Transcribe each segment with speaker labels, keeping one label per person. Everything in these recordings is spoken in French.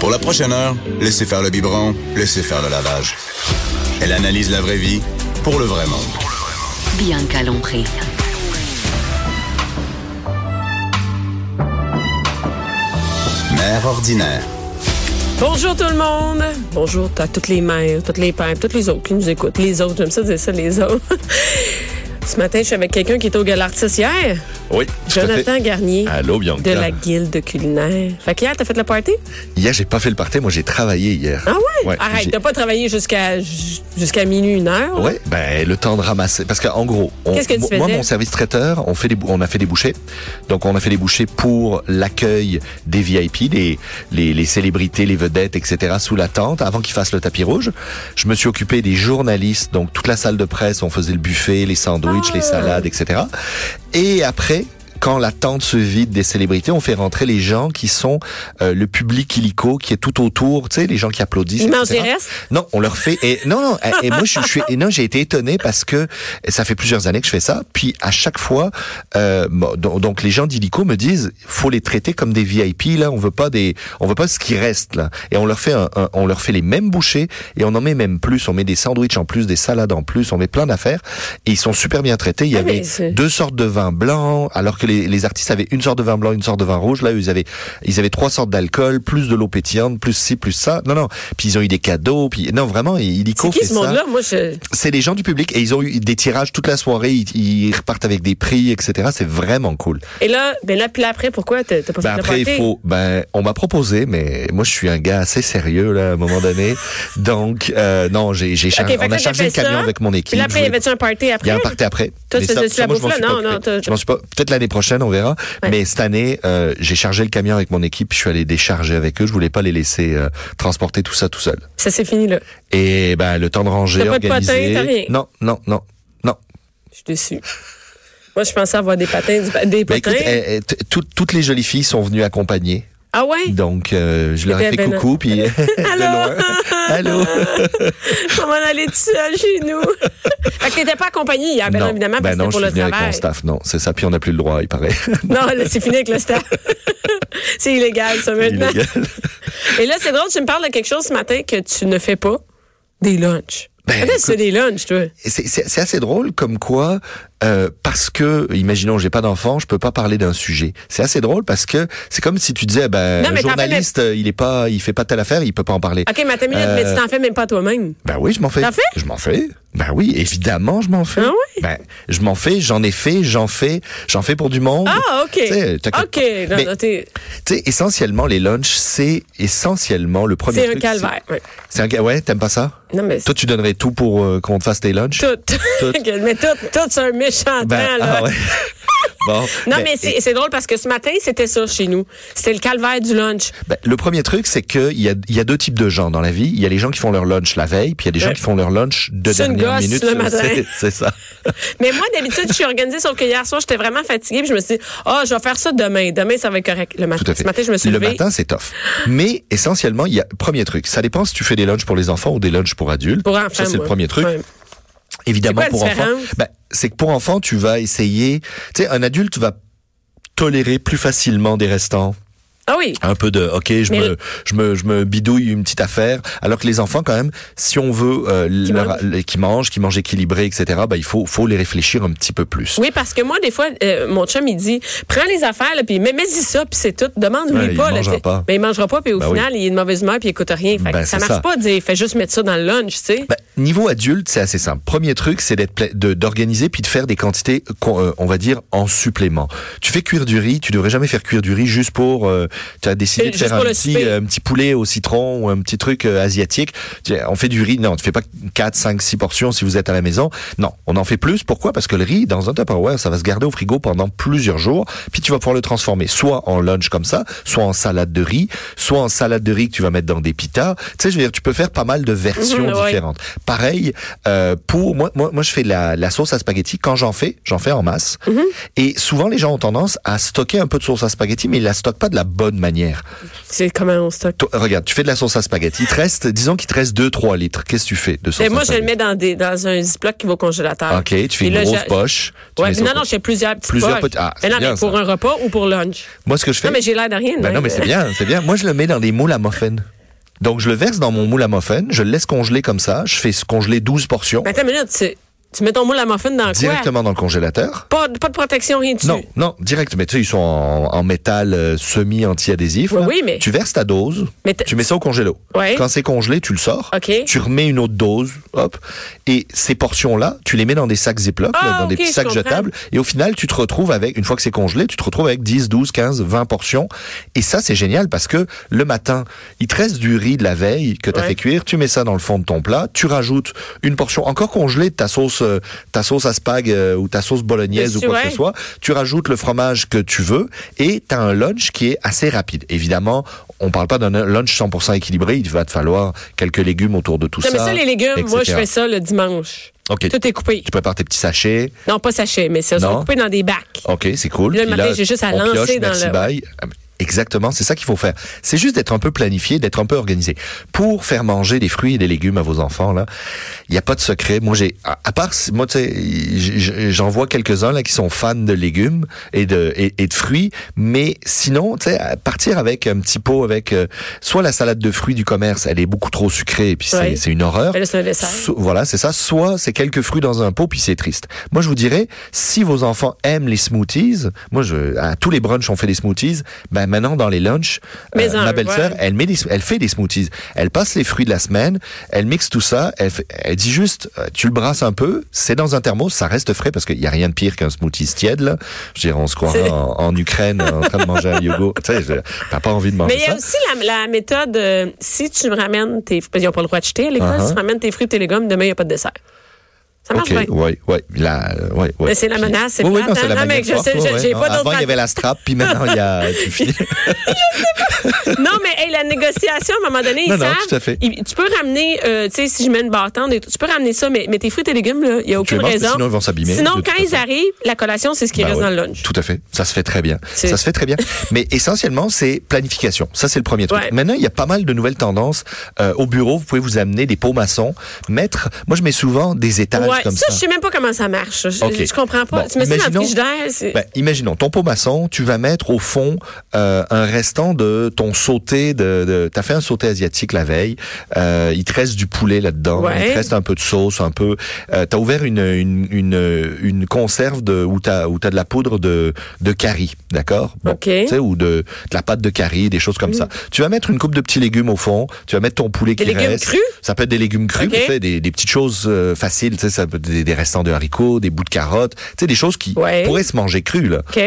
Speaker 1: Pour la prochaine heure, laissez faire le biberon, laissez faire le lavage. Elle analyse la vraie vie pour le vrai monde.
Speaker 2: Bianca Lompré.
Speaker 1: Mère ordinaire.
Speaker 3: Bonjour tout le monde. Bonjour à toutes les mères, toutes les pères, toutes les autres qui nous écoutent. Les autres, j'aime ça dire ça, les autres. Ce matin, je suis avec quelqu'un qui était au Galartis hier.
Speaker 4: Oui.
Speaker 3: Jonathan Garnier.
Speaker 4: Allô, Bianca.
Speaker 3: De la guilde culinaire. Fait qu'hier, t'as fait le party?
Speaker 4: Hier, j'ai pas fait le party. Moi, j'ai travaillé hier.
Speaker 3: Ah ouais?
Speaker 4: Ouais,
Speaker 3: Arrête,
Speaker 4: j'ai-
Speaker 3: t'as pas travaillé jusqu'à jusqu'à minuit, une heure? là?
Speaker 4: Ouais, ben le temps de ramasser. Parce qu'en gros, on-
Speaker 3: Hein, Qu'est-ce que tu
Speaker 4: mo- moi,
Speaker 3: faisais?
Speaker 4: mon service traiteur, on fait des, bou- on a fait des bouchées. Donc, on a fait des bouchées pour l'accueil des VIP, des les, les célébrités, les vedettes, etc. Sous la tente, avant qu'ils fassent le tapis rouge. Je me suis occupé des journalistes. Donc, toute la salle de presse, on faisait le buffet, les sandwichs,
Speaker 3: Ah.
Speaker 4: les salades, etc. Et après. Quand la tente se vide des célébrités, on fait rentrer les gens qui sont euh, le public illico, qui est tout autour, tu sais, les gens qui applaudissent.
Speaker 3: Il mange les
Speaker 4: etc..
Speaker 3: restes?
Speaker 4: Non, on leur fait. Et non, non. Et, et moi, je, je suis. et non, j'ai été étonné parce que ça fait plusieurs années que je fais ça. Puis à chaque fois, euh, bon, donc, donc les gens d'Illico me disent, faut les traiter comme des VIP. Là, on veut pas des, on veut pas ce qui reste là. Et on leur fait, un, un- on leur fait les mêmes bouchées et on en met même plus. On met des sandwichs en plus, des salades en plus. On met plein d'affaires et ils sont super bien traités. Il y
Speaker 3: Ah, mais
Speaker 4: avait
Speaker 3: c'est-
Speaker 4: deux sortes de vins blancs, alors que les, les artistes avaient une sorte de vin blanc, une sorte de vin rouge. Là, eux, ils avaient, ils avaient trois sortes d'alcool, plus de l'eau pétillante, plus ci, plus ça. Non, non. Puis ils ont eu des cadeaux. Puis non, vraiment,
Speaker 3: C'est
Speaker 4: Illico
Speaker 3: qui
Speaker 4: fait
Speaker 3: ce
Speaker 4: ça.
Speaker 3: monde-là? Moi, je.
Speaker 4: C'est les gens du public et ils ont eu des tirages toute la soirée. Ils, ils repartent avec des prix, etc. C'est vraiment cool.
Speaker 3: Et là, ben là, puis là, après, pourquoi t'as t'as pas
Speaker 4: Ben
Speaker 3: fait
Speaker 4: après,
Speaker 3: le
Speaker 4: il
Speaker 3: party?
Speaker 4: faut. Ben, on m'a proposé, mais moi, je suis un gars assez sérieux là, à un moment donné. Donc, euh, non, j'ai, j'ai chargé-
Speaker 3: fait que
Speaker 4: on
Speaker 3: là,
Speaker 4: a
Speaker 3: t'as
Speaker 4: chargé
Speaker 3: fait
Speaker 4: le camion
Speaker 3: ça,
Speaker 4: avec mon équipe.
Speaker 3: Puis là, après,
Speaker 4: Je
Speaker 3: y
Speaker 4: voulais-
Speaker 3: avait-tu un party après?
Speaker 4: il y a un party après.
Speaker 3: Toi,
Speaker 4: Mais
Speaker 3: tu
Speaker 4: ça-
Speaker 3: faisais tu
Speaker 4: ça,
Speaker 3: la
Speaker 4: moi, je m'en
Speaker 3: bouffe,
Speaker 4: suis
Speaker 3: là?
Speaker 4: pas
Speaker 3: Non,
Speaker 4: occupé.
Speaker 3: non, t'as-
Speaker 4: Je m'en suis pas. Peut-être l'année prochaine, on verra.
Speaker 3: Ouais.
Speaker 4: Mais cette année, euh, j'ai chargé le camion avec mon équipe. Je suis allé décharger avec eux. Je voulais pas les laisser euh, transporter tout ça tout seul.
Speaker 3: Ça, c'est fini, là.
Speaker 4: Et ben, le temps de ranger,
Speaker 3: T'as pas de
Speaker 4: organiser.
Speaker 3: potin, t'as rien.
Speaker 4: non, non, non, non.
Speaker 3: Je suis déçue. Moi, je pensais avoir des patins, du- des
Speaker 4: Ben,
Speaker 3: potins.
Speaker 4: écoute, eh, eh, t- toutes- toutes les jolies filles sont venues accompagner.
Speaker 3: ah ouais?
Speaker 4: Donc, euh, je leur ai
Speaker 3: C'était
Speaker 4: fait
Speaker 3: ben-
Speaker 4: coucou, puis de
Speaker 3: Allô?
Speaker 4: loin. Allô.
Speaker 3: On va en aller tout seul chez nous. fait que t'étais pas accompagné hier, bien
Speaker 4: non,
Speaker 3: Ah évidemment, parce que
Speaker 4: ben non,
Speaker 3: c'était pour
Speaker 4: je suis
Speaker 3: le
Speaker 4: venu avec mon
Speaker 3: travail.
Speaker 4: staff. Non, c'est ça. Puis on n'a plus le droit, il paraît.
Speaker 3: Non, là, c'est fini avec le staff. c'est illégal, ça, maintenant.
Speaker 4: Illégal.
Speaker 3: Et là, c'est drôle, tu me parles de quelque chose ce matin que tu ne fais pas. Des lunchs.
Speaker 4: Ben,
Speaker 3: Peut-être que tu fais des lunchs, toi.
Speaker 4: c'est c'est- c'est assez drôle comme quoi euh, parce que imaginons j'ai pas d'enfant je peux pas parler d'un sujet c'est assez drôle parce que c'est comme si tu disais ben
Speaker 3: Non,
Speaker 4: un
Speaker 3: mais t'en fais
Speaker 4: journaliste euh, il est pas il fait pas telle affaire il peut pas en parler
Speaker 3: OK, mais attends une minute,
Speaker 4: Euh,
Speaker 3: mais tu t'en fais même pas toi-même.
Speaker 4: ben oui je m'en fais
Speaker 3: T'en fais
Speaker 4: je m'en fais ben oui évidemment je m'en fais
Speaker 3: Ah oui?
Speaker 4: ben je m'en fais j'en ai fait j'en fais j'en fais pour du monde
Speaker 3: Ah, OK.
Speaker 4: Tu sais,
Speaker 3: OK.
Speaker 4: t'inquiète pas.
Speaker 3: Non,
Speaker 4: Mais-
Speaker 3: non, t'es-
Speaker 4: tu sais essentiellement les lunchs c'est essentiellement le premier
Speaker 3: c'est un
Speaker 4: truc,
Speaker 3: calvaire. ouais.
Speaker 4: c'est un ca- ouais t'aimes pas ça
Speaker 3: Non, mais c'est
Speaker 4: toi tu donnerais tout pour euh, qu'on te fasse tes lunchs
Speaker 3: tout.
Speaker 4: Tout.
Speaker 3: mais tout, tout, c'est un méchant temps, là.
Speaker 4: ah ouais.
Speaker 3: Ben,
Speaker 4: Bon,
Speaker 3: Non,
Speaker 4: ben,
Speaker 3: mais c'est c'est drôle parce que ce matin, c'était ça chez nous. C'était le calvaire du lunch.
Speaker 4: Ben, le premier truc, c'est que il y a, il y a deux types de gens dans la vie. Il y a les gens qui font leur lunch la veille, puis il y a des gens
Speaker 3: Ouais.
Speaker 4: qui font leur lunch de
Speaker 3: C'est une
Speaker 4: dernière
Speaker 3: gosse
Speaker 4: minute.
Speaker 3: le matin.
Speaker 4: C'est- C'est ça.
Speaker 3: Mais moi, d'habitude, je suis organisée, sauf que hier soir, j'étais vraiment fatiguée, puis je me suis dit, ah, je vais faire ça demain. Demain, ça va être correct. Le matin,
Speaker 4: Tout à fait.
Speaker 3: Ce matin, je me suis
Speaker 4: le
Speaker 3: levée.
Speaker 4: matin, c'est tough. Mais essentiellement, il y a premier truc. Ça dépend si tu fais des lunchs pour les enfants ou des lunchs pour adultes.
Speaker 3: Pour enfants,
Speaker 4: ça, c'est le
Speaker 3: moi.
Speaker 4: premier truc.
Speaker 3: Ouais.
Speaker 4: Évidemment,
Speaker 3: C'est quoi
Speaker 4: pour
Speaker 3: la
Speaker 4: enfants,
Speaker 3: différence?
Speaker 4: ben, c'est que pour enfants, tu vas essayer. Tu sais, un adulte va tolérer plus facilement des restants.
Speaker 3: Ah oui.
Speaker 4: un peu de ok je
Speaker 3: Mais
Speaker 4: me
Speaker 3: le-
Speaker 4: je me je me bidouille une petite affaire alors que les enfants quand même si on veut euh, leur-
Speaker 3: mangent.
Speaker 4: les- qui mangent qui mangent équilibré etc bah il faut faut les réfléchir un petit peu plus
Speaker 3: Oui, parce que moi, des fois, euh, mon chum, il dit, prends les affaires, là, puis mais- mets-y ça, puis c'est tout. Demande-lui
Speaker 4: Ouais, il
Speaker 3: pas. là,
Speaker 4: mangera
Speaker 3: t'sais.
Speaker 4: pas.
Speaker 3: Mais il mangera pas, puis au
Speaker 4: Ben
Speaker 3: final, il est de mauvaise humeur, puis il écoute rien. Fait que
Speaker 4: Ben,
Speaker 3: ça
Speaker 4: c'est
Speaker 3: marche
Speaker 4: ça.
Speaker 3: pas de dire, fais juste mettre ça dans le lunch, tu sais.
Speaker 4: Ben, niveau adulte, c'est assez simple. Premier truc, c'est d'être pla- de- d'organiser puis de faire des quantités, qu'on- euh, on va dire, en supplément. Tu fais cuire du riz, tu devrais jamais faire cuire du riz juste pour. euh, tu as décidé
Speaker 3: Et
Speaker 4: de
Speaker 3: juste
Speaker 4: faire un
Speaker 3: pour le
Speaker 4: petit,
Speaker 3: souper.
Speaker 4: euh, un petit poulet au citron ou un petit truc euh, asiatique. Tu- On fait du riz. Non, tu fais pas 4, 5, 6 portions si vous êtes à la maison. Non, on en fait plus. Pourquoi Parce que le riz, dans un Tupperware, ça va se garder au frigo pendant plusieurs jours. Puis tu vas pouvoir le transformer soit en lunch comme ça, soit en salade de riz, soit en salade de riz que tu vas mettre dans des pitas. Tu sais, je veux dire, tu peux faire pas mal de versions
Speaker 3: Mhm, ouais.
Speaker 4: différentes. Pareil, euh, pour moi, moi, moi, je fais de la, la sauce à spaghetti. Quand j'en fais, j'en fais en masse. Et souvent, les gens ont tendance à stocker un peu de sauce à spaghetti, mais ils la stockent pas de la bonne manière.
Speaker 3: C'est comment on stocke.
Speaker 4: Toi, regarde, tu fais de la sauce à spaghetti. Il te reste, disons qu'il te reste 2-3 litres. Qu'est-ce que tu fais de sauce
Speaker 3: Et
Speaker 4: à
Speaker 3: moi, je le
Speaker 4: spaghetti?
Speaker 3: mets dans, des, dans un ziploc qui va au congélateur.
Speaker 4: Ok, tu fais
Speaker 3: Et
Speaker 4: une
Speaker 3: là,
Speaker 4: grosse
Speaker 3: je-
Speaker 4: poche. tu
Speaker 3: Ouais,
Speaker 4: mets ça
Speaker 3: non,
Speaker 4: au-
Speaker 3: non, j'ai plusieurs petites
Speaker 4: Plusieurs
Speaker 3: poches.
Speaker 4: petites- ah,
Speaker 3: mais non,
Speaker 4: c'est bien,
Speaker 3: mais pour
Speaker 4: ça.
Speaker 3: un repas ou pour lunch.
Speaker 4: Moi, ce que je fais.
Speaker 3: Non, mais j'ai l'air de rien.
Speaker 4: Ben
Speaker 3: hein.
Speaker 4: non, mais c'est bien, c'est bien. Moi, je le mets dans des moules à muffins. Donc, je le verse dans mon moule à muffins, je le laisse congeler comme ça, je fais congeler 12 portions
Speaker 3: Ben, attends une minute, tu, tu mets ton moule à muffin dans quoi?
Speaker 4: directement dans le congélateur.
Speaker 3: Pas, de- pas de protection, rien dessus.
Speaker 4: Non, non, direct. Mais tu sais, ils sont en, en métal euh, semi-anti-adhésif.
Speaker 3: Oui,
Speaker 4: là.
Speaker 3: oui, mais-
Speaker 4: Tu verses ta dose,
Speaker 3: Mais t-
Speaker 4: tu mets ça au congélo.
Speaker 3: Ouais.
Speaker 4: Quand c'est congelé, tu le sors.
Speaker 3: Ok.
Speaker 4: Tu remets une autre dose, hop. Et ces portions-là, tu les mets dans des sacs Ziploc,
Speaker 3: Ah,
Speaker 4: là, dans des
Speaker 3: ok,
Speaker 4: petits
Speaker 3: je
Speaker 4: sacs
Speaker 3: comprends.
Speaker 4: jetables. Et au final, tu te retrouves avec, une fois que c'est congelé, tu te retrouves avec 10, 12, 15, 20 portions. Et ça, c'est génial parce que le matin, il te reste du riz de la veille que tu as
Speaker 3: Ouais.
Speaker 4: fait cuire, tu mets ça dans le fond de ton plat, tu rajoutes une portion encore congelée de ta sauce, euh, ta sauce à spag euh, ou ta sauce bolognaise ou
Speaker 3: Dessus,
Speaker 4: quoi que
Speaker 3: ouais.
Speaker 4: ce soit. Tu rajoutes le fromage que tu veux et tu as un lunch qui est assez rapide. Évidemment, on parle pas d'un lunch 100% équilibré. Il va te falloir quelques légumes autour de tout
Speaker 3: Non,
Speaker 4: ça.
Speaker 3: mais ça, les légumes, moi, je
Speaker 4: etc..
Speaker 3: fais ça le dimanche.
Speaker 4: Ok.
Speaker 3: Tout est coupé.
Speaker 4: Tu prépares tes petits sachets.
Speaker 3: Non, pas sachet, mais ça,
Speaker 4: Non.
Speaker 3: sont coupés dans des bacs.
Speaker 4: Ok, c'est cool.
Speaker 3: Là, le
Speaker 4: Puis
Speaker 3: matin, j'ai juste à
Speaker 4: on
Speaker 3: lancer
Speaker 4: pioche,
Speaker 3: dans
Speaker 4: merci,
Speaker 3: le-
Speaker 4: bye. Exactement, c'est ça qu'il faut faire. C'est juste d'être un peu planifié, d'être un peu organisé. Pour faire manger des fruits et des légumes à vos enfants, là, il n'y a pas de secret. Moi, j'ai, à à part, si- moi, tu sais, j- j- j'en vois quelques-uns, là, qui sont fans de légumes et de, et, et de fruits. Mais sinon, tu sais, à partir avec un petit pot avec, euh, soit la salade de fruits du commerce, elle est beaucoup trop sucrée et puis c'est-
Speaker 3: Ouais.
Speaker 4: c'est une horreur.
Speaker 3: Mais là, c'est un dessert.
Speaker 4: So- voilà, c'est ça. Soit c'est quelques fruits dans un pot, puis c'est triste. Moi, je vous dirais, si vos enfants aiment les smoothies, moi, je, à tous les brunchs, on fait des smoothies. Ben maintenant, dans les lunchs, euh,
Speaker 3: Mais un,
Speaker 4: ma belle-sœur,
Speaker 3: ouais.
Speaker 4: elle met, des, elle fait des smoothies. Elle passe les fruits de la semaine, elle mixe tout ça. Elle, fait- elle dit juste, euh, tu le brasses un peu. C'est dans un thermos, ça reste frais parce qu'il y a rien de pire qu'un smoothie tiède. Là. Je dirais, on se croirait
Speaker 3: C'est-
Speaker 4: en, en Ukraine en train de manger un yogourt. Tu sais, je- t'as pas envie de manger
Speaker 3: Mais il y
Speaker 4: ça.
Speaker 3: a aussi la, la méthode, euh, si tu me ramènes tes fruits, ils n'ont pas le droit de jeter à l'école,
Speaker 4: Uh-huh.
Speaker 3: si tu ramènes tes fruits et tes légumes, demain, il n'y a pas de dessert. Ça marche
Speaker 4: Ok,
Speaker 3: bien.
Speaker 4: ouais, ouais, la, euh, ouais, ouais.
Speaker 3: Mais c'est la
Speaker 4: Puis-
Speaker 3: menace, c'est
Speaker 4: Oui, oui,
Speaker 3: plate,
Speaker 4: non, c'est
Speaker 3: hein.
Speaker 4: la
Speaker 3: Ah, mais
Speaker 4: menace.
Speaker 3: je sais,
Speaker 4: forte,
Speaker 3: j'ai-
Speaker 4: ouais.
Speaker 3: j'ai pas
Speaker 4: Non, Avant,
Speaker 3: d'autre
Speaker 4: il y avait la strap, puis maintenant, il y a, tu finis.
Speaker 3: Non, mais hey, la négociation, à un moment donné,
Speaker 4: Non,
Speaker 3: ils
Speaker 4: non,
Speaker 3: savent.
Speaker 4: tout à fait.
Speaker 3: ils- tu peux ramener, euh, tu sais, si je mets une bâtante, et tout, tu peux ramener ça, mais, mais tes fruits et tes légumes, là, il n'y a
Speaker 4: Tu les
Speaker 3: aucune
Speaker 4: manges,
Speaker 3: raison.
Speaker 4: sinon ils vont s'abîmer,
Speaker 3: Sinon,
Speaker 4: de toute
Speaker 3: quand ils
Speaker 4: façon.
Speaker 3: arrivent, la collation, c'est ce qui
Speaker 4: Bah
Speaker 3: reste
Speaker 4: ouais,
Speaker 3: dans le lunch.
Speaker 4: Tout à fait. Ça se fait très bien.
Speaker 3: C'est-
Speaker 4: Ça se fait très bien. Mais essentiellement, c'est planification. Ça, c'est le premier truc.
Speaker 3: Ouais.
Speaker 4: Maintenant, il y a pas mal de nouvelles tendances. Euh, au bureau, vous pouvez vous amener des pots maçons, mettre, moi, je mets souvent des étages
Speaker 3: Ouais,
Speaker 4: comme
Speaker 3: ça,
Speaker 4: ça.
Speaker 3: je sais même pas comment ça marche. Je,
Speaker 4: Ok.
Speaker 3: je comprends pas.
Speaker 4: Bon,
Speaker 3: tu mets ça dans le
Speaker 4: imaginons-
Speaker 3: frigidaire, c'est.
Speaker 4: Ben, imaginons, ton pot maçon, tu vas mettre au fond euh, un restant de ton sauté de, de t'as fait un sauté asiatique la veille. Euh, il te reste du poulet là-dedans.
Speaker 3: Ouais.
Speaker 4: Il te reste un peu de sauce, un peu. Euh, t'as ouvert une une une, une conserve de où t'as où t'as de la poudre de de carie, d'accord
Speaker 3: Ok.
Speaker 4: tu sais, ou de de la pâte de carie, des choses comme ça. Tu vas mettre une coupe de petits légumes au fond. Tu vas mettre ton
Speaker 3: Mm.
Speaker 4: poulet
Speaker 3: Des
Speaker 4: qui
Speaker 3: légumes
Speaker 4: reste.
Speaker 3: crus
Speaker 4: Ça peut être des légumes crus,
Speaker 3: Ok.
Speaker 4: mais tu sais, des, des petites choses euh, faciles, tu sais, ça peut être des, des restants de haricots, des bouts de carottes, tu sais, des choses qui
Speaker 3: Ouais.
Speaker 4: pourraient se manger crues, là.
Speaker 3: OK.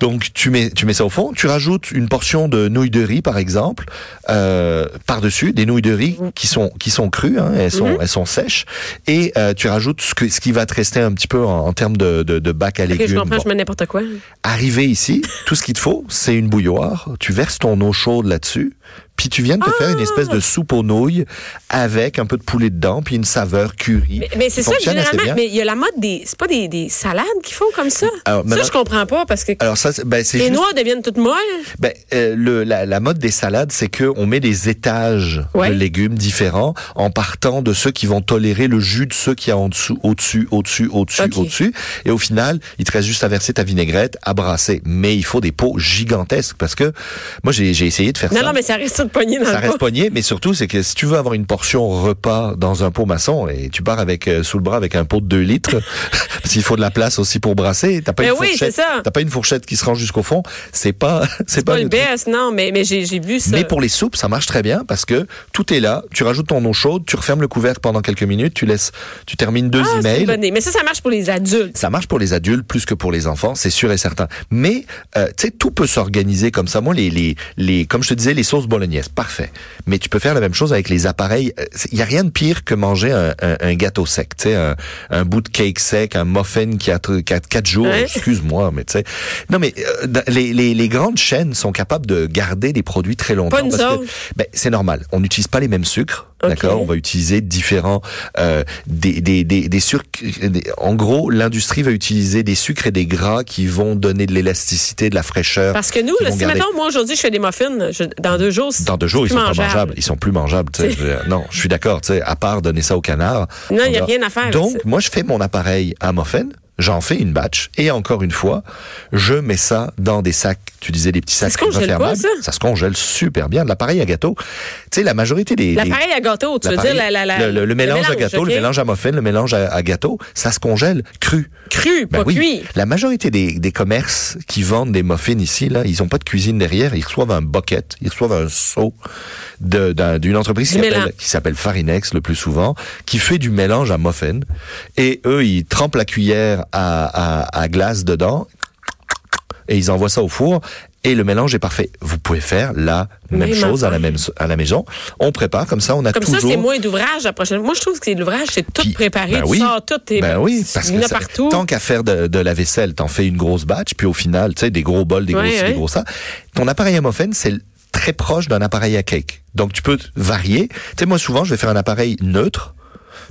Speaker 4: Donc tu mets tu mets ça au fond, tu rajoutes une portion de nouilles de riz par exemple euh, par dessus, des nouilles de riz
Speaker 3: Mm.
Speaker 4: qui sont qui sont crues, hein, elles
Speaker 3: Mm-hmm.
Speaker 4: sont elles sont sèches, et euh, tu rajoutes ce que ce qui va te rester un petit peu en, en termes de, de de bac à
Speaker 3: Ok, je
Speaker 4: légumes.
Speaker 3: comprends,
Speaker 4: Bon.
Speaker 3: je mets n'importe quoi.
Speaker 4: Arrivé ici, tout ce qu'il te faut, c'est une bouilloire. Tu verses ton eau chaude là-dessus, puis tu viens de te faire une espèce
Speaker 3: Ah!
Speaker 4: de soupe aux nouilles avec un peu de poulet dedans, puis une saveur curry.
Speaker 3: Mais, mais c'est
Speaker 4: qui
Speaker 3: ça,
Speaker 4: fonctionne assez
Speaker 3: généralement.
Speaker 4: bien.
Speaker 3: Mais il y a la mode des. C'est pas des, des salades qu'ils font comme ça.
Speaker 4: Alors,
Speaker 3: ça,
Speaker 4: maintenant-
Speaker 3: je comprends pas parce que
Speaker 4: Alors ça, c'est- ben, c'est
Speaker 3: les
Speaker 4: juste-
Speaker 3: noix deviennent toutes molles.
Speaker 4: Ben, euh, le, la, la mode des salades, c'est que on met des étages
Speaker 3: Ouais.
Speaker 4: de légumes différents en partant de ceux qui vont tolérer le jus de ceux qui a en dessous, au-dessus, au-dessus, au-dessus,
Speaker 3: Ok.
Speaker 4: au-dessus. Et au final, il te reste juste à verser ta vinaigrette, à brasser. Mais il faut des pots gigantesques parce que moi, j'ai j'ai essayé de faire
Speaker 3: Non,
Speaker 4: ça.
Speaker 3: non, mais ça reste de poignée dans
Speaker 4: Ça
Speaker 3: le pot.
Speaker 4: reste pogné, mais surtout, c'est que si tu veux avoir une portion repas dans un pot maçon, et tu pars avec euh, sous le bras avec un pot de 2 litres, parce qu'il faut de la place aussi pour brasser, t'as pas,
Speaker 3: Mais
Speaker 4: une
Speaker 3: oui, c'est
Speaker 4: fourchette-
Speaker 3: ça.
Speaker 4: t'as pas une fourchette qui se range jusqu'au fond, c'est pas, c'est
Speaker 3: Pas
Speaker 4: pas
Speaker 3: le
Speaker 4: le truc.
Speaker 3: BS, non, mais, mais j'ai j'ai vu ça.
Speaker 4: Mais pour les soupes, ça marche très bien parce que tout est là. Tu rajoutes ton eau chaude, tu refermes le couvercle pendant quelques minutes, tu laisses, tu termines deux
Speaker 3: Ah, c'est une
Speaker 4: emails.
Speaker 3: bonne idée. Mais ça, ça marche pour les adultes.
Speaker 4: Ça marche pour les adultes plus que pour les enfants, c'est sûr et certain. Mais euh, tu sais, tout peut s'organiser comme ça. Moi, les, les les comme je te disais, les sauces bolognaises, parfait. Mais tu peux faire la même chose avec les appareils. Euh, c'est- Il y a rien de pire que manger un, un- un gâteau sec, tu sais, un, un bout de cake sec, un muffin qui a tr- qui a quatre jours.
Speaker 3: Ouais.
Speaker 4: Excuse-moi, mais tu sais. Non, mais euh, dans- les, les les grandes chaînes sont capables de garder des produits très longtemps.
Speaker 3: Pas nous
Speaker 4: parce que-
Speaker 3: autres.
Speaker 4: ben, c'est normal. On n'utilise pas les mêmes sucres.
Speaker 3: Ok.
Speaker 4: D'accord, on va utiliser différents euh, des des des, des sucres. des- en gros, l'industrie va utiliser des sucres et des gras qui vont donner de l'élasticité, de la fraîcheur.
Speaker 3: Parce que nous,
Speaker 4: qui
Speaker 3: là,
Speaker 4: vont
Speaker 3: si
Speaker 4: garder-
Speaker 3: mettons, moi, aujourd'hui, je fais des muffins, je- dans deux jours, c'est
Speaker 4: dans deux jours, ils
Speaker 3: plus
Speaker 4: sont pas
Speaker 3: mangeable.
Speaker 4: mangeables. Ils sont plus mangeables. tu sais. Je veux dire, non, je suis d'accord. tu sais, À part donner ça au canard.
Speaker 3: Non,
Speaker 4: on
Speaker 3: il y a
Speaker 4: va-
Speaker 3: rien à faire avec
Speaker 4: Donc,
Speaker 3: ça.
Speaker 4: moi, je fais mon appareil à muffin. J'en fais une batch et encore une fois, je mets ça dans des sacs. Tu disais des petits sacs
Speaker 3: se congèle pas,
Speaker 4: refermables.
Speaker 3: ça?
Speaker 4: se congèle super bien. De L'appareil à gâteau, tu sais, la majorité des, des-
Speaker 3: L'appareil à gâteau, tu veux
Speaker 4: L'appareil,
Speaker 3: dire la, la- la-
Speaker 4: le, le- le mélange à gâteau,
Speaker 3: ok?
Speaker 4: le mélange à muffin, le mélange à, à gâteau, ça se congèle cru.
Speaker 3: cru,
Speaker 4: Ben
Speaker 3: pas
Speaker 4: oui.
Speaker 3: cuit.
Speaker 4: La majorité des, des commerces qui vendent des muffins ici, là, ils ont pas de cuisine derrière, ils reçoivent un bucket, ils reçoivent un seau de- d'un- d'une entreprise qui
Speaker 3: Du
Speaker 4: s'appelle-
Speaker 3: mélange.
Speaker 4: qui s'appelle Farinex le plus souvent, qui fait du mélange à muffin. Et eux, ils trempent la cuillère à, à- à glace dedans et ils envoient ça au four. Et le mélange est parfait. Vous pouvez faire la même
Speaker 3: Même
Speaker 4: chose à la, même, à la maison. On prépare, comme ça, on a
Speaker 3: Comme ça,
Speaker 4: toujours...
Speaker 3: c'est moins d'ouvrage la prochaine. Moi, je trouve que c'est l'ouvrage, c'est tout
Speaker 4: Puis,
Speaker 3: préparé.
Speaker 4: ben
Speaker 3: tu
Speaker 4: oui,
Speaker 3: sors tout, t'es-
Speaker 4: Ben oui,
Speaker 3: tu-
Speaker 4: parce
Speaker 3: il y
Speaker 4: que
Speaker 3: en a
Speaker 4: ça-
Speaker 3: partout.
Speaker 4: tant qu'à faire de, de la vaisselle, t'en fais une grosse batch, puis au final, tu sais, des gros bols, des gros
Speaker 3: Ouais,
Speaker 4: ci,
Speaker 3: ouais.
Speaker 4: des gros ça. Ton appareil à muffin, c'est l- très proche d'un appareil à cake. Donc tu peux t- varier. Tu sais, moi souvent, je vais faire un appareil neutre,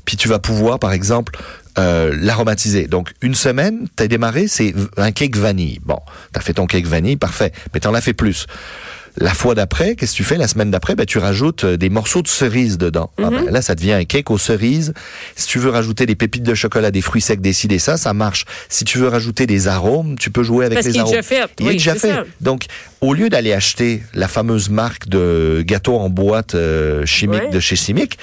Speaker 4: puis tu vas pouvoir, par exemple, euh, l'aromatiser. Donc une semaine, t'as démarré, c'est v- un cake vanille. Bon, t'as fait ton cake vanille, parfait, mais t'en as fait plus. La fois d'après, qu'est-ce que tu fais La semaine d'après, ben, tu rajoutes euh, des morceaux de cerises dedans. Ah
Speaker 3: Mhm.
Speaker 4: ben, là, ça devient un cake aux cerises. Si tu veux rajouter des pépites de chocolat, des fruits secs, des ci, des ça, ça marche. Si tu veux rajouter des arômes, tu peux jouer avec
Speaker 3: Parce
Speaker 4: les
Speaker 3: qu'il est
Speaker 4: arômes.
Speaker 3: déjà fait.
Speaker 4: Il est
Speaker 3: Oui,
Speaker 4: déjà
Speaker 3: c'est
Speaker 4: fait.
Speaker 3: ça.
Speaker 4: Donc, au lieu d'aller acheter la fameuse marque de gâteaux en boîte euh, chimique
Speaker 3: Ouais.
Speaker 4: de chez Chimique,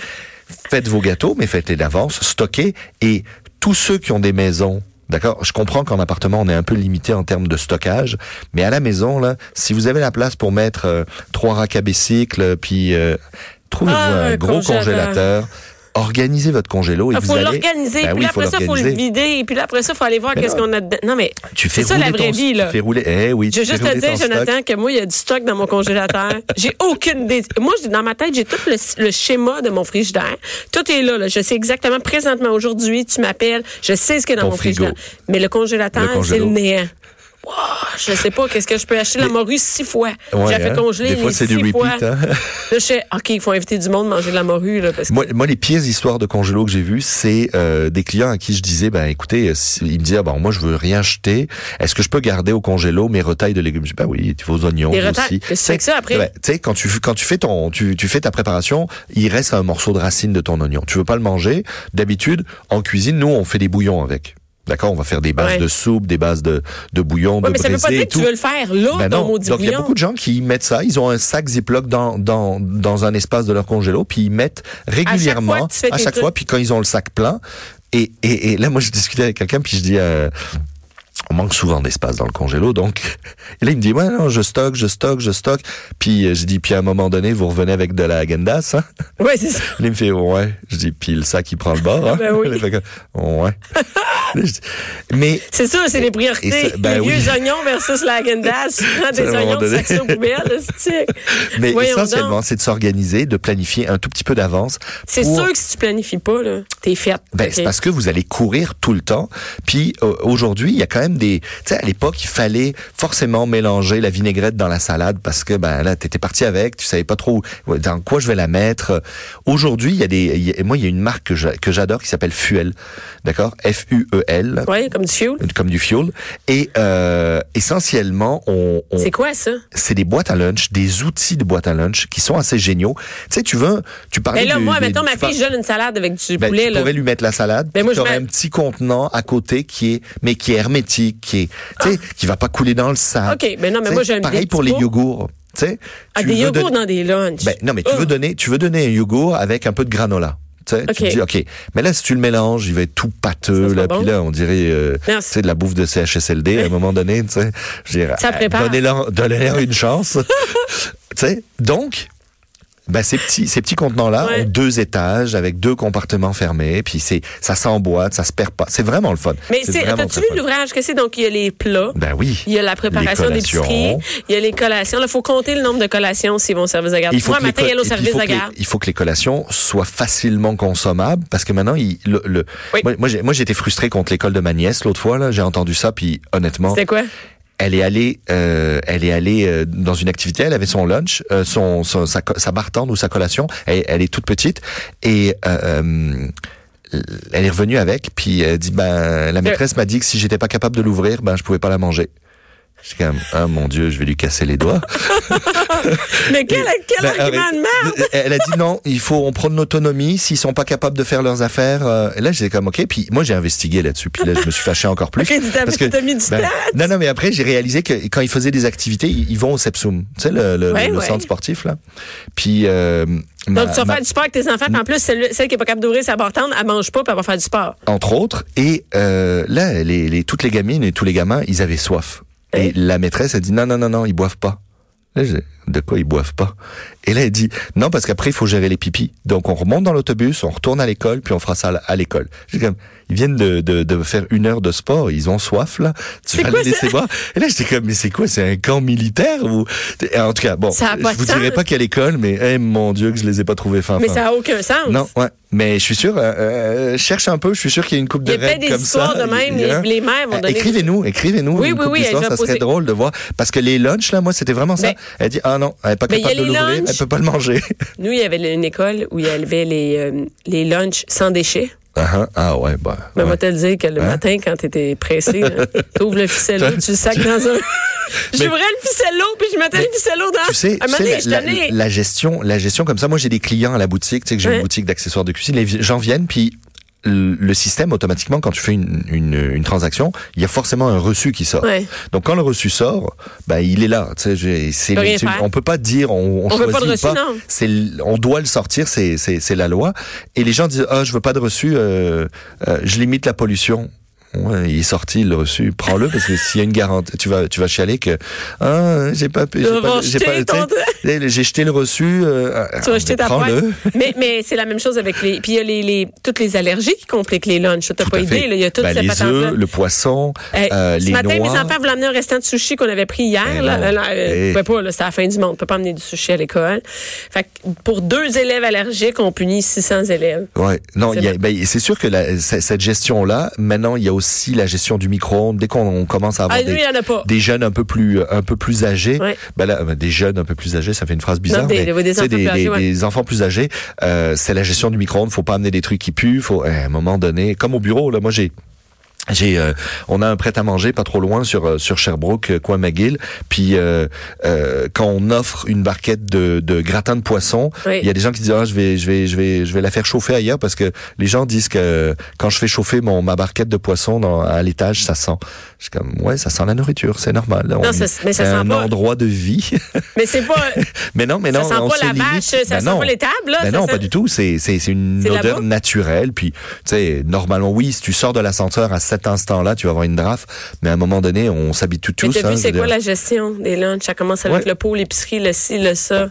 Speaker 4: faites vos gâteaux, mais faites-les d'avance, stockez. Et tous ceux qui ont des maisons, d'accord, je comprends qu'en appartement, on est un peu limité en termes de stockage, mais à la maison, là, si vous avez la place pour mettre euh, trois racks à bicycles, puis euh, trouvez-vous
Speaker 3: Ah,
Speaker 4: un
Speaker 3: un
Speaker 4: gros
Speaker 3: congélateur.
Speaker 4: congélateur, organisez votre congélo et
Speaker 3: Il
Speaker 4: vous
Speaker 3: Ah, faut
Speaker 4: allez...
Speaker 3: l'organiser,
Speaker 4: Ben
Speaker 3: puis
Speaker 4: oui,
Speaker 3: là, après ça, il faut le
Speaker 4: l'organiser.
Speaker 3: vider, et puis là, après ça, il faut aller voir
Speaker 4: Mais
Speaker 3: qu'est-ce
Speaker 4: non.
Speaker 3: qu'on a dedans. Non, mais
Speaker 4: Tu fais
Speaker 3: c'est ça
Speaker 4: rouler
Speaker 3: la vraie
Speaker 4: ton-
Speaker 3: vie, là.
Speaker 4: Tu fais rouler. Eh oui,
Speaker 3: Je
Speaker 4: tu
Speaker 3: veux
Speaker 4: fais
Speaker 3: juste te
Speaker 4: rouler
Speaker 3: dire,
Speaker 4: ton stock.
Speaker 3: Jonathan, que moi, il y a du stock dans mon congélateur. j'ai aucune idée. Moi, j'ai- dans ma tête, j'ai tout le, le schéma de mon frigidaire. Tout est là, là. Je sais exactement, présentement, aujourd'hui, tu m'appelles, je sais ce qu'il y a dans
Speaker 4: Ton
Speaker 3: mon
Speaker 4: frigo.
Speaker 3: frigidaire. Mais le congélateur,
Speaker 4: Le
Speaker 3: c'est le
Speaker 4: congélo.
Speaker 3: néant. Wow, je sais pas, qu'est-ce que je peux acheter la morue six fois.
Speaker 4: Ouais,
Speaker 3: j'ai fait
Speaker 4: hein.
Speaker 3: congeler
Speaker 4: Des fois,
Speaker 3: les
Speaker 4: c'est du
Speaker 3: six fois.
Speaker 4: repeat, hein.
Speaker 3: Là, je sais, OK, il faut inviter du monde à manger de la morue, là, parce que
Speaker 4: Moi, moi, les pires histoires de congélo que j'ai vues, c'est euh, des clients à qui je disais, ben écoutez, euh, si- ils me disaient, ah, bon, moi je veux rien jeter. Est-ce que je peux garder au congélo mes retailles de légumes Je dis, ben oui, vos oignons
Speaker 3: Les retailles.
Speaker 4: aussi.
Speaker 3: Qu'est-ce que tu fais que ça, après?
Speaker 4: Ben, tu sais, quand tu quand tu fais ton, tu, tu fais ta préparation, il reste un morceau de racine de ton oignon. Tu veux pas le manger D'habitude, en cuisine, nous on fait des bouillons avec. D'accord, on va faire des bases
Speaker 3: Ouais.
Speaker 4: de soupe, des bases de de bouillon,
Speaker 3: Ouais,
Speaker 4: de
Speaker 3: mais ça veut pas
Speaker 4: braisé
Speaker 3: dire
Speaker 4: et
Speaker 3: que tu
Speaker 4: tout.
Speaker 3: veux le faire là,
Speaker 4: Ben
Speaker 3: ton
Speaker 4: non.
Speaker 3: maudit
Speaker 4: Donc il y a
Speaker 3: bouillon.
Speaker 4: beaucoup de gens qui mettent ça. Ils ont un sac Ziploc dans dans dans un espace de leur congélo, puis ils mettent régulièrement
Speaker 3: fois que tu fais
Speaker 4: à
Speaker 3: tes
Speaker 4: chaque
Speaker 3: trucs.
Speaker 4: fois, puis quand ils ont le sac plein. Et et, et là moi je discutais avec quelqu'un puis je dis. euh, on manque souvent d'espace dans le congélo, donc et là il me dit ouais non je stocke, je stocke, je stocke, puis euh, je dis puis à un moment donné vous revenez avec de la agendas, hein?
Speaker 3: Ouais, c'est ça.
Speaker 4: Il me fait ouais, je dis puis le sac il prend le bord, hein?
Speaker 3: Ben oui.
Speaker 4: Il fait que, ouais, Je dis, mais
Speaker 3: C'est ça, c'est les priorités.
Speaker 4: et ça- ben
Speaker 3: les
Speaker 4: oui.
Speaker 3: vieux oignons versus la Agendas. Tu prends
Speaker 4: à
Speaker 3: des
Speaker 4: un moment
Speaker 3: oignons de
Speaker 4: donné.
Speaker 3: section poubelle, c'est
Speaker 4: Mais
Speaker 3: Voyons
Speaker 4: essentiellement,
Speaker 3: donc.
Speaker 4: c'est de s'organiser, de planifier un tout petit peu d'avance.
Speaker 3: C'est
Speaker 4: pour-
Speaker 3: sûr que si tu planifies pas, là, t'es faite.
Speaker 4: Ben, c'est
Speaker 3: Ok.
Speaker 4: parce que vous allez courir tout le temps. Puis euh, aujourd'hui, il y a quand même des. Tu sais, à l'époque, il fallait forcément mélanger la vinaigrette dans la salade parce que ben là, t'étais parti avec, tu savais pas trop où- dans quoi je vais la mettre. Aujourd'hui, il y a des. il y a- moi, il y a une marque que j'a- que j'adore qui s'appelle Fuel, d'accord, F U E L,
Speaker 3: Ouais, comme du fioul.
Speaker 4: comme du fuel. Et euh, essentiellement, on, on
Speaker 3: C'est quoi ça?
Speaker 4: c'est des boîtes à lunch, des outils de boîtes à lunch qui sont assez géniaux. Tu sais, tu veux, tu parlais.
Speaker 3: Ben là,
Speaker 4: du-
Speaker 3: moi,
Speaker 4: des-
Speaker 3: mettons, ma
Speaker 4: tu par-
Speaker 3: fille, je donne une salade avec du
Speaker 4: ben,
Speaker 3: poulet,
Speaker 4: tu
Speaker 3: là.
Speaker 4: pourrais lui mettre la salade.
Speaker 3: Ben,
Speaker 4: puis
Speaker 3: moi,
Speaker 4: tu
Speaker 3: je
Speaker 4: aurais
Speaker 3: mets-
Speaker 4: un petit contenant à côté qui est, mais qui est hermétique, qui est, tu sais, qui va pas couler dans le sable.
Speaker 3: Ah! OK, ben non, mais
Speaker 4: Tu sais,
Speaker 3: moi, j'aime
Speaker 4: Pareil
Speaker 3: des
Speaker 4: pour
Speaker 3: petits
Speaker 4: les
Speaker 3: pots.
Speaker 4: yogourts. Tu sais,
Speaker 3: Ah,
Speaker 4: tu
Speaker 3: des
Speaker 4: veux
Speaker 3: yogourts
Speaker 4: donner-
Speaker 3: dans des lunchs.
Speaker 4: Ben, non, mais tu
Speaker 3: Oh.
Speaker 4: veux donner, tu veux donner un yogourt avec un peu de granola. Tu sais, tu
Speaker 3: Ok.
Speaker 4: te dis, ok. Mais là, si tu le mélanges, il va être tout
Speaker 3: Ça,
Speaker 4: pâteux,
Speaker 3: c'est
Speaker 4: là,
Speaker 3: pas
Speaker 4: puis
Speaker 3: bon.
Speaker 4: là, on dirait, euh, tu
Speaker 3: Merci.
Speaker 4: sais, de la bouffe de CHSLD, à un moment donné, tu sais. Je dirais,
Speaker 3: Ça
Speaker 4: euh,
Speaker 3: prépare.
Speaker 4: Donnez-leur, donnez-leur une chance. tu sais, donc, ben, ces petits, ces petits contenants-là
Speaker 3: Ouais.
Speaker 4: ont deux étages avec deux compartiments fermés, puis c'est, ça s'emboîte, ça se perd pas. C'est vraiment le fun.
Speaker 3: Mais c'est,
Speaker 4: vraiment
Speaker 3: t'as-tu
Speaker 4: très
Speaker 3: vu
Speaker 4: fun.
Speaker 3: l'ouvrage que c'est? Donc, il y a les plats.
Speaker 4: Ben oui.
Speaker 3: Il y a la préparation
Speaker 4: Les
Speaker 3: des
Speaker 4: collations.
Speaker 3: piscines, il y a les collations. Il faut compter le nombre de collations s'ils vont au service de garde.
Speaker 4: Il faut,
Speaker 3: Moi,
Speaker 4: que les
Speaker 3: matin, il y a
Speaker 4: co-
Speaker 3: au
Speaker 4: et puis
Speaker 3: service
Speaker 4: il faut
Speaker 3: de
Speaker 4: que les-
Speaker 3: garde.
Speaker 4: il faut que les collations soient facilement consommables parce que maintenant, il, le, le-
Speaker 3: Oui.
Speaker 4: moi, moi, j'ai- moi, j'étais frustré contre l'école de ma nièce l'autre fois. là J'ai entendu ça, puis honnêtement,
Speaker 3: C'était quoi?
Speaker 4: elle est allée, euh, elle est allée euh, dans une activité. Elle avait son lunch, euh, son, son- sa, co- sa bartende ou sa collation. Elle, elle est toute petite et euh, euh, elle est revenue avec. Puis elle dit, ben,
Speaker 3: Euh.
Speaker 4: la maîtresse m'a dit que si j'étais pas capable de l'ouvrir, ben, je pouvais pas la manger. J'étais quand même, ah mon Dieu, je vais lui casser les doigts.
Speaker 3: Mais quel, quel
Speaker 4: Ben,
Speaker 3: argument
Speaker 4: arrête.
Speaker 3: de merde!
Speaker 4: Elle a dit non, il faut on prône l'autonomie. S'ils sont pas capables de faire leurs affaires, euh, et là j'ai comme ok. Puis moi j'ai investigué là-dessus. Puis là je me suis fâché encore plus. ben,
Speaker 3: Ok, tu t'as- tu t'as mis du temps.
Speaker 4: non non mais après j'ai réalisé que quand ils faisaient des activités, ils ils vont au Sepsum, tu sais le, le,
Speaker 3: Ouais,
Speaker 4: le
Speaker 3: ouais.
Speaker 4: centre sportif là. Puis euh, ma-
Speaker 3: Donc, tu vas
Speaker 4: ma-
Speaker 3: faire du sport avec tes enfants, puis en plus, celle, celle qui est pas capable d'ouvrir sa bartende, elle mange pas, puis elle va faire du sport.
Speaker 4: entre autres. Et euh, là, les, les- toutes les gamines et tous les gamins, ils avaient soif. Et la maîtresse a dit non, non, non, non, ils boivent pas. Là, j'ai de quoi ils boivent pas Et là, elle dit non parce qu'après il faut gérer les pipis. Donc on remonte dans l'autobus, on retourne à l'école, puis on fera ça à la- à l'école. J'ai comme ils viennent de, de, de faire une heure de sport, ils ont soif là. Tu
Speaker 3: C'est
Speaker 4: vas
Speaker 3: quoi,
Speaker 4: les laisser boire. Et là, j'étais comme mais c'est quoi C'est un camp militaire ou Et En tout cas, bon,
Speaker 3: Ça a pas
Speaker 4: je vous
Speaker 3: de sens.
Speaker 4: dirai pas quelle école, mais eh, mon Dieu que je les ai pas trouvés fins.
Speaker 3: Mais
Speaker 4: fins.
Speaker 3: ça a aucun sens.
Speaker 4: Non, ouais. Mais je suis sûr, euh, euh, cherche un peu, je suis sûr qu'il y a une coupe de
Speaker 3: Il y a peut-être
Speaker 4: règles
Speaker 3: des
Speaker 4: comme ça.
Speaker 3: histoires de même,
Speaker 4: Il y a-
Speaker 3: les- les mères vont
Speaker 4: Euh,
Speaker 3: donner-
Speaker 4: Écrivez-nous, écrivez-nous.
Speaker 3: Oui,
Speaker 4: une
Speaker 3: oui,
Speaker 4: coupe
Speaker 3: oui,
Speaker 4: d'histoires,
Speaker 3: elle va
Speaker 4: ça serait
Speaker 3: poser-
Speaker 4: drôle de voir. Parce que les lunchs, là, moi, c'était vraiment ça.
Speaker 3: Mais-
Speaker 4: Elle dit, ah non, elle est pas
Speaker 3: Mais il y a
Speaker 4: capable de
Speaker 3: les
Speaker 4: l'ouvrir,
Speaker 3: lunchs.
Speaker 4: elle peut pas le manger.
Speaker 3: Nous, il y avait une école où il y avait les, euh, les lunchs sans déchets.
Speaker 4: ah, ah, ah, ouais, bah.
Speaker 3: Mais
Speaker 4: ouais. Hein?
Speaker 3: moi, te le dire que le matin, quand t'étais pressé, là, t'ouvres le ficello, tu le sacs dans un. J'ouvrais le ficello, puis je mettais le ficello dans.
Speaker 4: Tu sais,
Speaker 3: à un
Speaker 4: tu
Speaker 3: moment
Speaker 4: sais,
Speaker 3: donné, je
Speaker 4: la, la-
Speaker 3: donnais-
Speaker 4: la gestion, la gestion comme ça. Moi, j'ai des clients à la boutique, tu sais que j'ai
Speaker 3: Ouais.
Speaker 4: une boutique d'accessoires de cuisine. Les gens viennent, puis le le système automatiquement quand tu fais une, une, une transaction, il y a forcément un reçu qui sort.
Speaker 3: Ouais.
Speaker 4: Donc quand le reçu sort, bah il est là. Tu sais, j'ai- c'est
Speaker 3: peut rien
Speaker 4: c'est-
Speaker 3: faire.
Speaker 4: on peut pas dire on, on,
Speaker 3: On veut pas
Speaker 4: choisit
Speaker 3: de
Speaker 4: ou
Speaker 3: reçu, non.
Speaker 4: C'est l- on doit le sortir, c'est c'est c'est la loi. Et les gens disent ah je veux pas de reçu, euh, euh, je limite la pollution. Ouais, il est sorti, le reçu, prends-le parce que s'il y a une garantie, tu vas tu vas chialer que ah j'ai pas pu-
Speaker 3: Tu
Speaker 4: j'ai
Speaker 3: vas
Speaker 4: pas j'ai
Speaker 3: jeter
Speaker 4: pas- tu
Speaker 3: ton-
Speaker 4: sais, Hey, Eh, J'ai jeté le reçu. euh,
Speaker 3: Tu vas jeter ta
Speaker 4: prends-le.
Speaker 3: poêle. Mais, mais c'est la même chose avec les. Puis il y a les, les- toutes les allergies qui compliquent les lunchs. T'as
Speaker 4: Tout
Speaker 3: pas
Speaker 4: à
Speaker 3: idée,
Speaker 4: fait.
Speaker 3: là. Il y a toutes
Speaker 4: Ben,
Speaker 3: ces
Speaker 4: les œufs,
Speaker 3: patentes-là.
Speaker 4: le poisson,
Speaker 3: Hey,
Speaker 4: euh,
Speaker 3: ce
Speaker 4: les
Speaker 3: matin,
Speaker 4: noix.
Speaker 3: mes enfants voulaient amener un restant de sushi qu'on avait pris hier.
Speaker 4: Eh
Speaker 3: là,
Speaker 4: non.
Speaker 3: là, là, euh,
Speaker 4: Eh.
Speaker 3: on pouvait pas, là, c'était la fin du monde. On peut pas amener du sushi à l'école. Fait que pour deux élèves allergiques, on punit 600 élèves.
Speaker 4: Ouais, non,
Speaker 3: C'est
Speaker 4: il y a- ben, c'est sûr que la- c- cette gestion-là, maintenant, il y a aussi la gestion du micro-ondes. Dès qu'on on commence à avoir
Speaker 3: Ah,
Speaker 4: des,
Speaker 3: lui, il y en a pas.
Speaker 4: des jeunes un peu plus, euh, un peu plus âgés,
Speaker 3: Ouais.
Speaker 4: ben là, ben, des jeunes un peu plus âgés, ça fait une phrase bizarre,
Speaker 3: des-
Speaker 4: mais
Speaker 3: des- des
Speaker 4: tu sais,
Speaker 3: enfants plus âgés, ouais.
Speaker 4: des enfants plus âgés, euh, c'est la gestion du micro-ondes. Faut pas amener des trucs qui puent. Faut à un moment donné, comme au bureau, là, moi j'ai J'ai, euh, on a un prêt-à-manger pas trop loin sur euh, sur Sherbrooke, euh, coin McGill. Puis euh, euh, quand on offre une barquette de, de gratin de poisson, il
Speaker 3: Oui.
Speaker 4: y a des gens qui disent ah, je vais je vais je vais je vais la faire chauffer ailleurs parce que les gens disent que euh, quand je fais chauffer mon ma barquette de poisson dans, à l'étage, ça sent. Je suis comme ouais, ça sent la nourriture, c'est normal. On-
Speaker 3: ça- mais ça
Speaker 4: c'est
Speaker 3: sent
Speaker 4: un
Speaker 3: pas.
Speaker 4: endroit de vie.
Speaker 3: Mais c'est pas.
Speaker 4: mais non, mais
Speaker 3: Ça
Speaker 4: non,
Speaker 3: sent
Speaker 4: on
Speaker 3: pas
Speaker 4: se
Speaker 3: la
Speaker 4: limite.
Speaker 3: vache, ça
Speaker 4: Ben
Speaker 3: sent
Speaker 4: non.
Speaker 3: pas les tables, là,
Speaker 4: Ben
Speaker 3: ça
Speaker 4: non,
Speaker 3: sent-
Speaker 4: pas du tout. C'est c'est c'est une
Speaker 3: C'est de la
Speaker 4: odeur
Speaker 3: bouffe.
Speaker 4: naturelle. Puis tu sais, normalement, oui, si tu sors de l'ascenseur à cet instant-là, tu vas avoir une draft. Mais à un moment donné, on s'habitue
Speaker 3: Mais
Speaker 4: tous.
Speaker 3: t'as
Speaker 4: hein,
Speaker 3: vu,
Speaker 4: je
Speaker 3: c'est
Speaker 4: veux
Speaker 3: quoi
Speaker 4: dire.
Speaker 3: la gestion des lunchs? Ça commence avec
Speaker 4: Ouais.
Speaker 3: le pot, l'épicerie, le ci, le ça.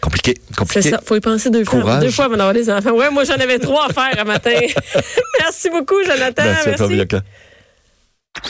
Speaker 4: Compliqué,
Speaker 3: C'est
Speaker 4: compliqué.
Speaker 3: ça. Faut y penser deux fois.
Speaker 4: Courage.
Speaker 3: Deux fois avant
Speaker 4: Ben,
Speaker 3: d'avoir des enfants. Ouais, moi, j'en avais trois à faire un matin. Ah, Merci beaucoup, Jonathan.
Speaker 4: Merci, à toi, Bianca.